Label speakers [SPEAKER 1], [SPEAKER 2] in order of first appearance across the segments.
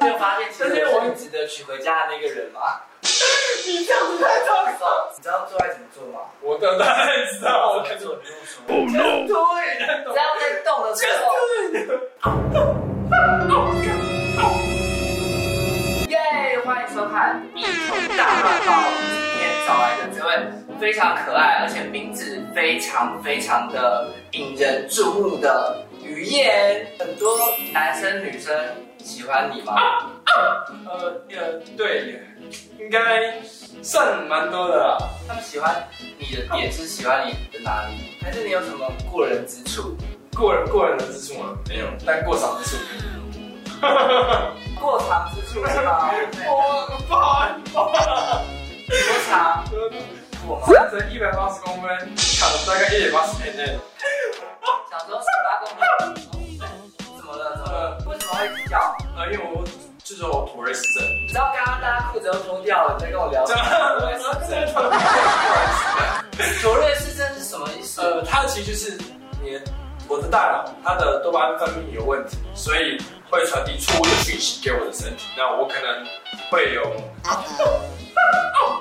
[SPEAKER 1] 你有发现其
[SPEAKER 2] 但
[SPEAKER 1] 实
[SPEAKER 2] 是
[SPEAKER 1] 我
[SPEAKER 2] 我
[SPEAKER 1] 是值得娶回家的那个人 吗？
[SPEAKER 2] 你这样子太糟糕了。
[SPEAKER 1] 你知道做爱怎么做吗？
[SPEAKER 2] 我当然知道，我看
[SPEAKER 1] 看
[SPEAKER 2] 出
[SPEAKER 1] 做不用说。
[SPEAKER 2] 对，
[SPEAKER 3] 只要在动的时候，耶！欢迎收看《一同大乱报》，今天找来的这位非常可爱，而且名字非常非常的引人注目的于燕。很多男生女生喜欢你吗？
[SPEAKER 2] 呃呃，对，应该算蛮多的啦。
[SPEAKER 3] 他们喜欢你的点是喜欢你的哪里？还是你有什么过人之处？
[SPEAKER 2] 过人过人的之处吗？没有，但过赏之处。
[SPEAKER 3] 过长之处是吗？
[SPEAKER 2] 我不好意思，
[SPEAKER 3] 多长？
[SPEAKER 2] 我三成一百八十公分，砍了大概一百八十天内。
[SPEAKER 3] 小时候十八公分。怎么了？怎么了？为什么会计较？
[SPEAKER 2] 呃，因为我就是我妥瑞斯症，
[SPEAKER 3] 你知道刚刚大家裤子都脱掉了，你在跟我聊什
[SPEAKER 2] 这
[SPEAKER 3] 么？妥瑞
[SPEAKER 2] 样
[SPEAKER 3] 斯
[SPEAKER 2] 这样妥瑞斯症。
[SPEAKER 3] 妥瑞氏症是什么意思？
[SPEAKER 2] 呃，它其实就是你的我的大脑，它的多巴胺分泌有问题，所以会传递错误的讯息给我的身体。那我可能会有，哦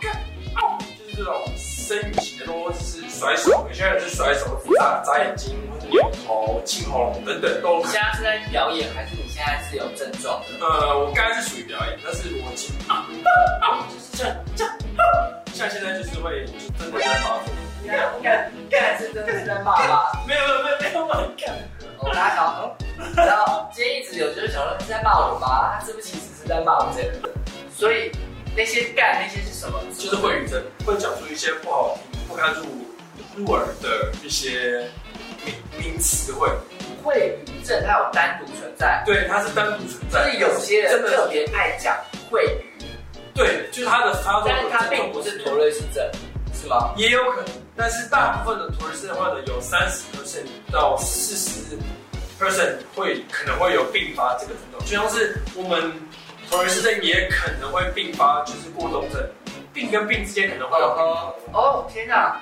[SPEAKER 2] 就是这种生理型的动作，就是甩手，有些人是甩手、眨眨眼睛、或是扭头、清喉咙等等都
[SPEAKER 3] 你
[SPEAKER 2] 可以。
[SPEAKER 3] 现在是在表演，还是你现在是有症状的？
[SPEAKER 2] 呃，我刚才是属于表演，但是我紧啊啊啊，就是这样这样，像现在就是会就真的在发作。
[SPEAKER 3] 你看，我看，看是真的是在骂吧？
[SPEAKER 2] 没有没有没有没有，我看。
[SPEAKER 3] 我大家想，嗯，然后今天一直有就是想说他是在骂我吗？他是不是其实是在骂我这个人？所以那些干那些是什么？
[SPEAKER 2] 就是会语症，会讲出一些不好听、不堪入入耳的一些名名词汇。
[SPEAKER 3] 会语症，它有单独存在，
[SPEAKER 2] 对，它是单独
[SPEAKER 3] 就
[SPEAKER 2] 存在，
[SPEAKER 3] 是有些人
[SPEAKER 2] 真的
[SPEAKER 3] 特别爱讲会语，
[SPEAKER 2] 对，就是它的发作
[SPEAKER 3] 但是它并不是妥瑞氏症，是吗？
[SPEAKER 2] 也有可能，但是大部分的妥瑞症患者有三十 percent 到四十 percent 会可能会有并发这个症状，就像是我们妥瑞氏症也可能会并发就是过动症，病跟病之间可能会有并发
[SPEAKER 3] 哦哦，天哪，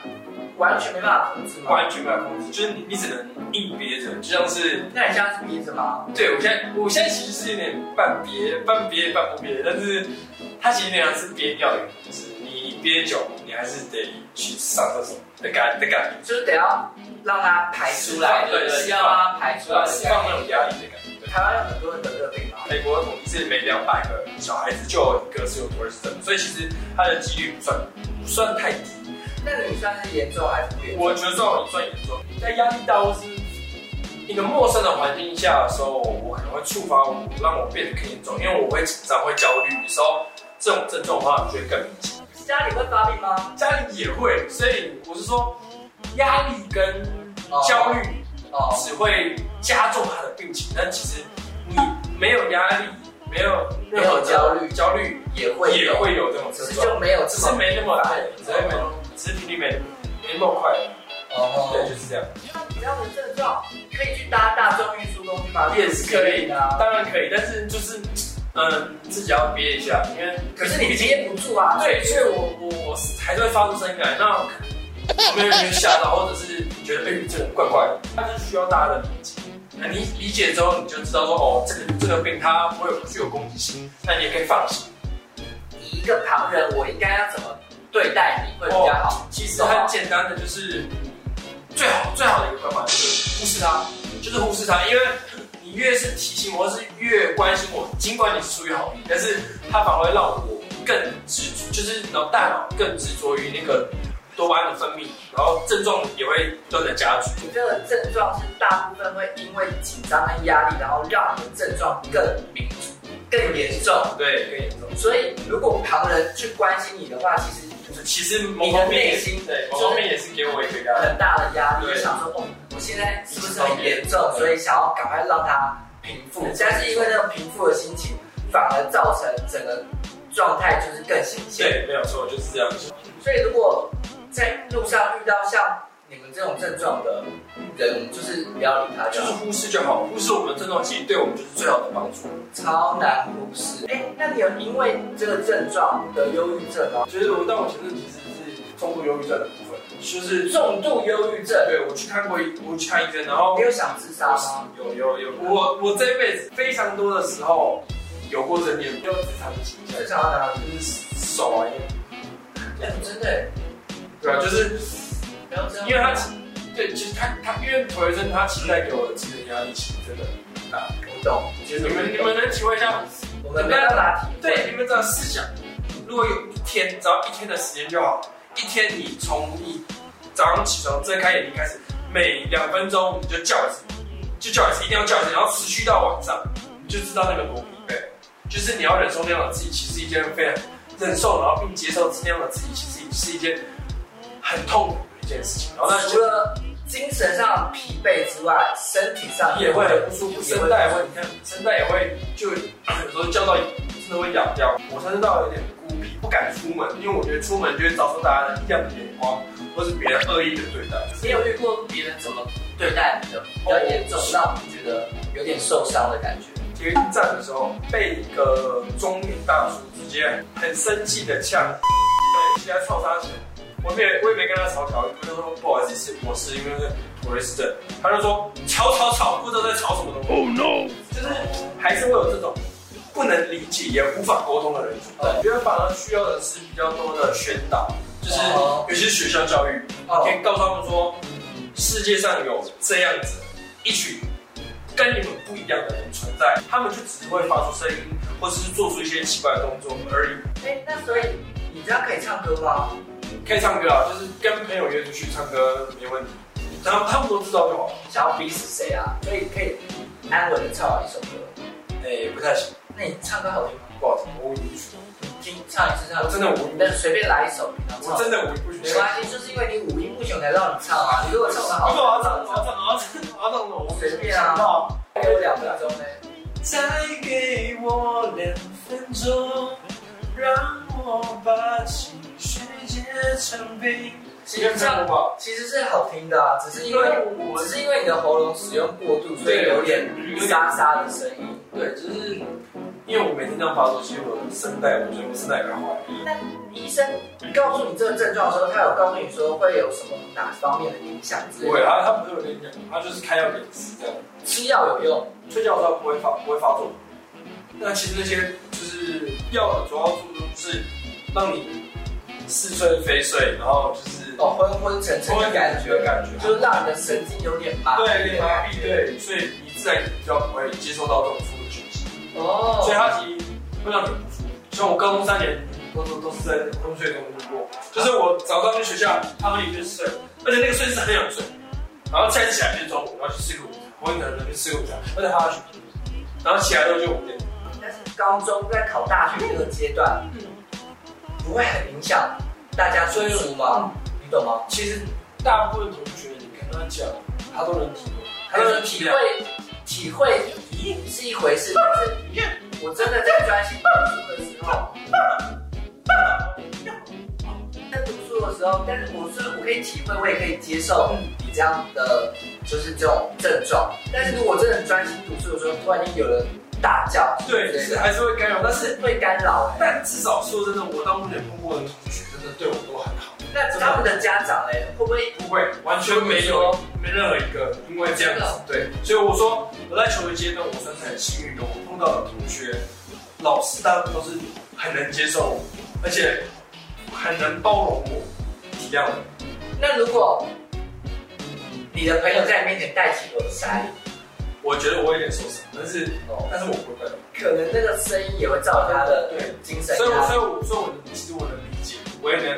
[SPEAKER 3] 完全没办法控制吗？
[SPEAKER 2] 完全没有控制，就是你你只能硬憋着，就像是。
[SPEAKER 3] 那你现在是鼻子吗？
[SPEAKER 2] 对，我现在我现在其实是有点半憋、半憋、半不憋，但是它其实那样是憋掉的，就是你憋久，你还是得去上厕所的感的感
[SPEAKER 3] 就是得要让它排出来，
[SPEAKER 2] 对
[SPEAKER 3] 是
[SPEAKER 2] 释
[SPEAKER 3] 要
[SPEAKER 2] 放
[SPEAKER 3] 让它排
[SPEAKER 2] 觉，
[SPEAKER 3] 出
[SPEAKER 2] 主
[SPEAKER 3] 来
[SPEAKER 2] 要
[SPEAKER 3] 的
[SPEAKER 2] 释
[SPEAKER 3] 感
[SPEAKER 2] 放那种压力的感觉。
[SPEAKER 3] 觉。台湾有很多人得这个病吗？
[SPEAKER 2] 美国统计是每两百个小孩子就有一个是有妥瑞氏症，所以其实它的几率不算不算太低。
[SPEAKER 3] 那你算是严重还是不严重？
[SPEAKER 2] 我觉得这种也算严重，在压力大或是一个陌生的环境下的时候，我可能会触发我，让我变得更严重，因为我会紧张、会焦虑，有时候这种症状的话，就会更明显。
[SPEAKER 3] 家里会发病吗？
[SPEAKER 2] 家里也会，所以我是说，压力跟焦虑
[SPEAKER 3] 哦，
[SPEAKER 2] 只会加重他的病情，但其实你没有压力，没有任
[SPEAKER 3] 没
[SPEAKER 2] 何的
[SPEAKER 3] 有焦虑
[SPEAKER 2] 焦虑
[SPEAKER 3] 也会
[SPEAKER 2] 也
[SPEAKER 3] 有，
[SPEAKER 2] 会有这种
[SPEAKER 3] 只
[SPEAKER 2] 症
[SPEAKER 3] 是
[SPEAKER 2] 状，
[SPEAKER 3] 就没有
[SPEAKER 2] 只
[SPEAKER 3] 这
[SPEAKER 2] 是
[SPEAKER 3] 么
[SPEAKER 2] 没那么大，只是没
[SPEAKER 3] 哦，
[SPEAKER 2] 只是频率没没那么快，对，
[SPEAKER 3] 哦，
[SPEAKER 2] 就是这样。
[SPEAKER 3] 你要的症状可以去搭大众运输工具吗？
[SPEAKER 2] 也是可以
[SPEAKER 3] 的啊。
[SPEAKER 2] 当然可以，但是就是嗯，自己要憋一下，因为
[SPEAKER 3] 可是你憋不住啊。
[SPEAKER 2] 对，所以我我我还是会发出声音来，那没有人吓到，或者是觉得哎、这个人怪怪的，他是需要大家的理解。那你理解之后，你就知道说哦，这个这个病它不会有具有攻击性，那你也可以放心。
[SPEAKER 3] 以一个旁人，我应该要怎么对待你会比较好？
[SPEAKER 2] 哦其实很简单的，就是最好最好的一个方法就是忽视它，就是忽视它，因为你越是提醒我，或是越关心我，尽管你是出于好意，但是它反而会让我更执，就是脑大脑更执着于那个多巴胺的分泌，然后症状也会都在加剧。
[SPEAKER 3] 你这个症状是大部分会因为紧张跟压力，然后让你的症状更明更严重。
[SPEAKER 2] 对，更严重。
[SPEAKER 3] 所以如果旁人去关心你的话，其实
[SPEAKER 2] 其实某方面也是
[SPEAKER 3] 你的内心
[SPEAKER 2] 对，某方面也是给我一个压力。
[SPEAKER 3] 很大的压力，
[SPEAKER 2] 对
[SPEAKER 3] 就想说哦，我现在是不是很严重？所以想要赶快让它平复。但是因为那种平复的心情，反而造成整个状态就是更显现。
[SPEAKER 2] 对，没有错，就是这样。
[SPEAKER 3] 所以如果在路上遇到像你们这种症状的人，就是不要理他
[SPEAKER 2] 就
[SPEAKER 3] 就是好。
[SPEAKER 2] 忽视就好，忽视我们的症状，其实对我们就是最好的帮助。
[SPEAKER 3] 超难忽视。哎，那你有因为这个症状得忧郁症吗？
[SPEAKER 2] 就是我，但我前阵子其实是重度忧郁症的部分，就是
[SPEAKER 3] 重度忧郁症，
[SPEAKER 2] 对我去看过一，我去看医生，然后
[SPEAKER 3] 你有想自杀吗？
[SPEAKER 2] 有有有，我我这辈子非常多的时候，有过正面，就自残的倾向
[SPEAKER 1] 最，常要打
[SPEAKER 2] 就是手啊，
[SPEAKER 3] 哎，真的，
[SPEAKER 2] 对啊，就是
[SPEAKER 3] 不要这样，
[SPEAKER 2] 因为他对，其实他他因为头一针他期待给我的精神压力其实真的很大。
[SPEAKER 3] 不懂，
[SPEAKER 2] 就是你们你们能体会一下，
[SPEAKER 3] 我们没有办法体会，
[SPEAKER 2] 对你们的思想，如果有一天只要一天的时间就好，一天你从你早上起床睁开眼睛开始，每两分钟你就叫一次，就叫一次，一定要叫一次，然后持续到晚上，你就知道那个多疲惫。就是你要忍受那样的自己，其实一件非常忍受，然后并接受那样的自己，其实是一件很痛苦的一件事情。然后那就
[SPEAKER 3] 除了精神上疲惫之外，身体上
[SPEAKER 2] 也会很
[SPEAKER 3] 不舒服，
[SPEAKER 2] 声带也会，你看声带也会，就有时候叫到真的会哑掉。我才知道有点孤僻，不敢出门，因为我觉得出门就会遭受大家的异样的眼光，或是别人恶意的对待。
[SPEAKER 3] 你有遇过别人怎么对待你的比较严重，让你觉得有点受伤的感觉？
[SPEAKER 2] 捷运站的时候，被一个中年大叔直接很生气的呛，对，直接操他钱。我也没我也没跟他吵吵，我就说不好意思，是我是因为是土瑞斯症，他就说吵吵吵，不知道在吵什么东西。
[SPEAKER 1] Oh no！
[SPEAKER 2] 就是还是会有这种不能理解也无法沟通的人存在。我觉得反而需要的是比较多的宣导，就是
[SPEAKER 3] 哦
[SPEAKER 2] 尤其是学校教育，
[SPEAKER 3] 哦
[SPEAKER 2] 可以告诉他们说，世界上有这样子一群跟你们不一样的人存在，他们就只会发出声音，或者是做出一些奇怪的动作而已。
[SPEAKER 3] 哎，那所以你这样可以唱歌吗？
[SPEAKER 2] 可以唱歌啊，就是跟朋友约出去唱歌没问题，然后他们都知道就好。
[SPEAKER 3] 想要逼死谁啊？所以可以安稳的唱完一首歌。
[SPEAKER 2] 哎、不太行，
[SPEAKER 3] 那你唱歌好听吗？
[SPEAKER 2] 不好听，我无语不全，
[SPEAKER 3] 听唱一次唱
[SPEAKER 2] 我
[SPEAKER 3] 一次，
[SPEAKER 2] 真的无语不
[SPEAKER 3] 但
[SPEAKER 2] 全，
[SPEAKER 3] 是随便来一首，你要
[SPEAKER 2] 我
[SPEAKER 3] 唱。
[SPEAKER 2] 真的无语不全
[SPEAKER 3] 没。关系，就是因为你五音不全才让你唱啊。你如果唱的好，
[SPEAKER 2] 如果我要唱，我要唱，我要唱，我要唱，我
[SPEAKER 3] 随便啊
[SPEAKER 2] 想到
[SPEAKER 3] 给我两分钟呢。
[SPEAKER 2] 再给我两分钟，让我把情绪结成冰。
[SPEAKER 3] 其实唱
[SPEAKER 2] 吧，
[SPEAKER 3] 其实是好听的啊，只是因为
[SPEAKER 2] 我
[SPEAKER 3] 只是因为你的喉咙使用过度，所以有点沙沙的声音。
[SPEAKER 2] 对，就是因为我每天这样发作，其实我的声带，我觉得我声带有点坏。
[SPEAKER 3] 那医生告诉你这个症状的时候，他有告诉你说会有什么哪方面的影响之类
[SPEAKER 2] 对，
[SPEAKER 3] 的？
[SPEAKER 2] 他他不是有点痒，他就是开药给你吃这样。
[SPEAKER 3] 吃药有用，
[SPEAKER 2] 睡觉的时候不会发不会发作。那其实那些就是药的主要作用就是让你似睡非睡，然后就是
[SPEAKER 3] 哦，昏昏沉沉的感觉，
[SPEAKER 2] 感觉
[SPEAKER 3] 就是让你的神经有点麻痹
[SPEAKER 2] 对，
[SPEAKER 3] 的
[SPEAKER 2] 麻
[SPEAKER 3] 感
[SPEAKER 2] 痹，
[SPEAKER 3] 觉。
[SPEAKER 2] 对，所以你自然比较不会接收到这种负面讯息，
[SPEAKER 3] 哦，
[SPEAKER 2] 所以它其实会让你不舒服。像我高中三年，都都都是在昏睡中度过，就是我早上去学校，他们也去睡，而且那个睡是很想睡，然后再起来就是中午，然后去吃个午餐，我很可能去吃个午餐，而且还要去，然后起来之后就五点，
[SPEAKER 3] 但是高中在考大学这个阶段，不会很影响大家追逐吗？你懂吗？
[SPEAKER 2] 其实大部分同学你跟他讲，他都能体会，他
[SPEAKER 3] 还
[SPEAKER 2] 都
[SPEAKER 3] 是
[SPEAKER 2] 能
[SPEAKER 3] 体
[SPEAKER 2] 体
[SPEAKER 3] 会
[SPEAKER 2] 谅。
[SPEAKER 3] 体会是一回事，但是我真的在专心读书的时候，在读书的时候，但是我虽然我可以体会，我也可以接受你这样的就是这种症状，但是如果真的专心读书的时候，突然间有人大叫，
[SPEAKER 2] 对，是还是会干扰，但是
[SPEAKER 3] 会干扰、欸。
[SPEAKER 2] 但至少说真的，我到目前碰过的同学真的对我都很好，
[SPEAKER 3] 欸那他们的家长嘞，会不会
[SPEAKER 2] 不会完全没有没任何一个因为这样子对，所以我说我在求学阶段我算是很幸运的，我碰到的同学、老师他们都是很能接受我，而且很能包容我、体谅我。
[SPEAKER 3] 那如果你的朋友在你面前戴起耳塞，
[SPEAKER 2] 我觉得我有点受伤，但是
[SPEAKER 3] 哦，
[SPEAKER 2] 但是我不会。
[SPEAKER 3] 可能那个声音也会造成他的
[SPEAKER 2] 对
[SPEAKER 3] 精神
[SPEAKER 2] 所以我，
[SPEAKER 3] 压
[SPEAKER 2] 所
[SPEAKER 3] 力。
[SPEAKER 2] 以我，所以我能，其实我能理解，我也能，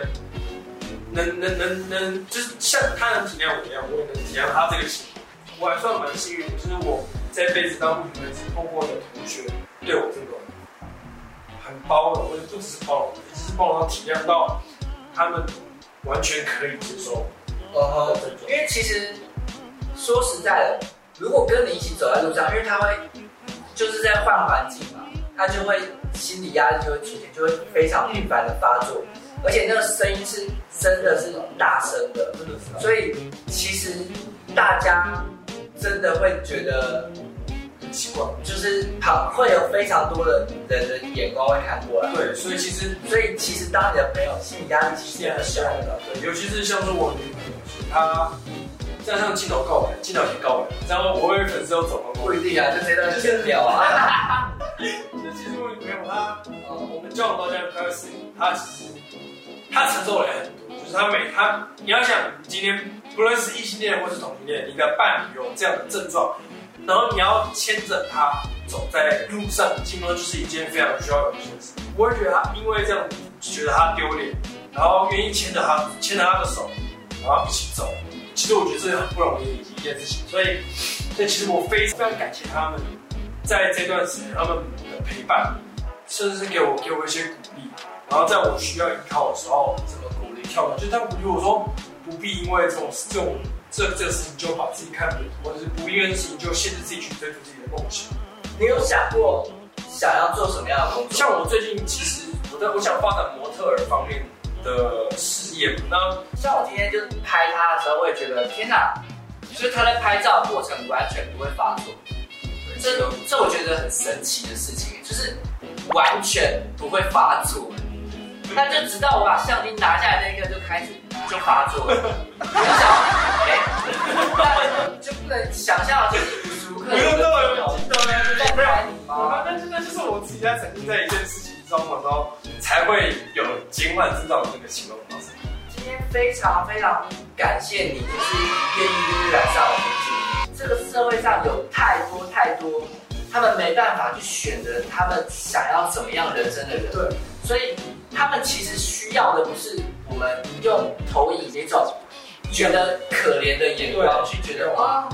[SPEAKER 2] 能能能能，就是像他能体谅我一样，我也能体谅他这个情况。我还算蛮幸运，就是我这辈子到目前为止碰过的同学，对我这种很包容，或者不只是包容，就是包容到体谅到他们完全可以接受我
[SPEAKER 3] 哦
[SPEAKER 2] 的，症状。
[SPEAKER 3] 因为其实说实在的，如果跟你一起走在路上，因为他会就是在换环境嘛，他就会心理压力就会出现，就会非常频繁的发作，而且那个声音是真的是大声的，
[SPEAKER 2] 真的是啊
[SPEAKER 3] 所以其实大家真的会觉得
[SPEAKER 2] 很奇怪。
[SPEAKER 3] 就是旁会有非常多的人的眼光会看过来，
[SPEAKER 2] 对，所以其实
[SPEAKER 3] 所以其实当你的朋友心理压力其实也很小的，
[SPEAKER 2] 对，尤其是像是我女朋友，她在上镜头告白，镜头前告白，然后我为粉丝都走光光
[SPEAKER 3] 不。一定啊，就这段先聊啊。
[SPEAKER 2] 这其实我他，呃，我们交往到这样快四年，他其实他承受了很多，就是他每他你要想今天不论是异性恋或是同性恋，你的伴侣有这样的症状，然后你要牵着他走在路上，基本上就是一件非常需要勇气的事。我会觉得他因为这样觉得他丢脸，然后愿意牵着他牵着他的手，然后一起走。其实我觉得这是很不容易的一件事情，所以所以其实我非常非常感谢他们在这段时间他们的陪伴，甚至是给我给我一些鼓励。然后在我需要依靠的时候，怎么鼓励跳就是他们如果说不必因为这种这种这这个事情就把自己看不起，或者是不因为事情就限制自己去追逐自己的梦想。
[SPEAKER 3] 你有想过想要做什么样的工作？
[SPEAKER 2] 像我最近其实我在我想发展模特儿方面的事业，那
[SPEAKER 3] 像我今天就是拍他的时候，我也觉得天哪，就是他在拍照的过程完全不会发作，这这我觉得很神奇的事情，就是完全不会发作。那就直到我把相机拿下来那一刻就开始就发作了，我就想，哎、那就不能想象就是无时无刻
[SPEAKER 2] 不用那么
[SPEAKER 3] 有
[SPEAKER 2] 激动啊，
[SPEAKER 3] 在
[SPEAKER 2] 就是不要。
[SPEAKER 3] 拍你
[SPEAKER 2] 我
[SPEAKER 3] 吗？
[SPEAKER 2] 发呃现真的就是我自己在沉浸在一件事情中的时候，才会有今晚知道这个行为方式。
[SPEAKER 3] 今天非常非常感谢你，就是愿意就是来上我们节目。这个社会上有太多太多，他们没办法去选择他们想要怎么样人生的人，
[SPEAKER 2] 对，
[SPEAKER 3] 所以他们其实需要的不是我们用投以这种觉得可怜的眼光去觉得啊，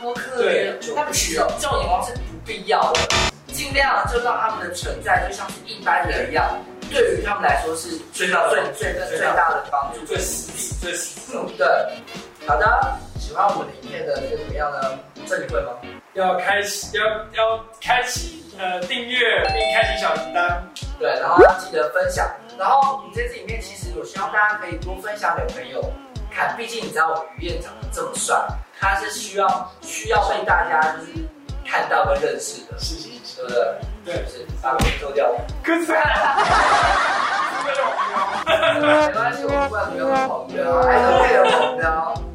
[SPEAKER 3] 好可怜哦
[SPEAKER 2] 对，
[SPEAKER 3] 他们其实这种眼光是不必要的，尽量就让他们的存在就像是一般人一样，对于他们来说是最大最最最最大的帮助。
[SPEAKER 2] 最实际，最实际。
[SPEAKER 3] 嗯，对。好的，喜欢我们的影片的又怎么样呢？这你会吗？
[SPEAKER 2] 要开启，要要开启呃订阅并开启小铃铛。
[SPEAKER 3] 对，然后要记得分享。然后我们这支影片其实我希望大家可以多分享给朋友看，毕竟你知道我们于燕长得这么帅，他是需要需要被大家就是看到跟认识的，
[SPEAKER 2] 是是
[SPEAKER 3] 对不对？
[SPEAKER 2] 对
[SPEAKER 3] 就，是把我们做掉。
[SPEAKER 2] 可是
[SPEAKER 3] 没关系，我不管你有没有红的哦，还是会有红的哦。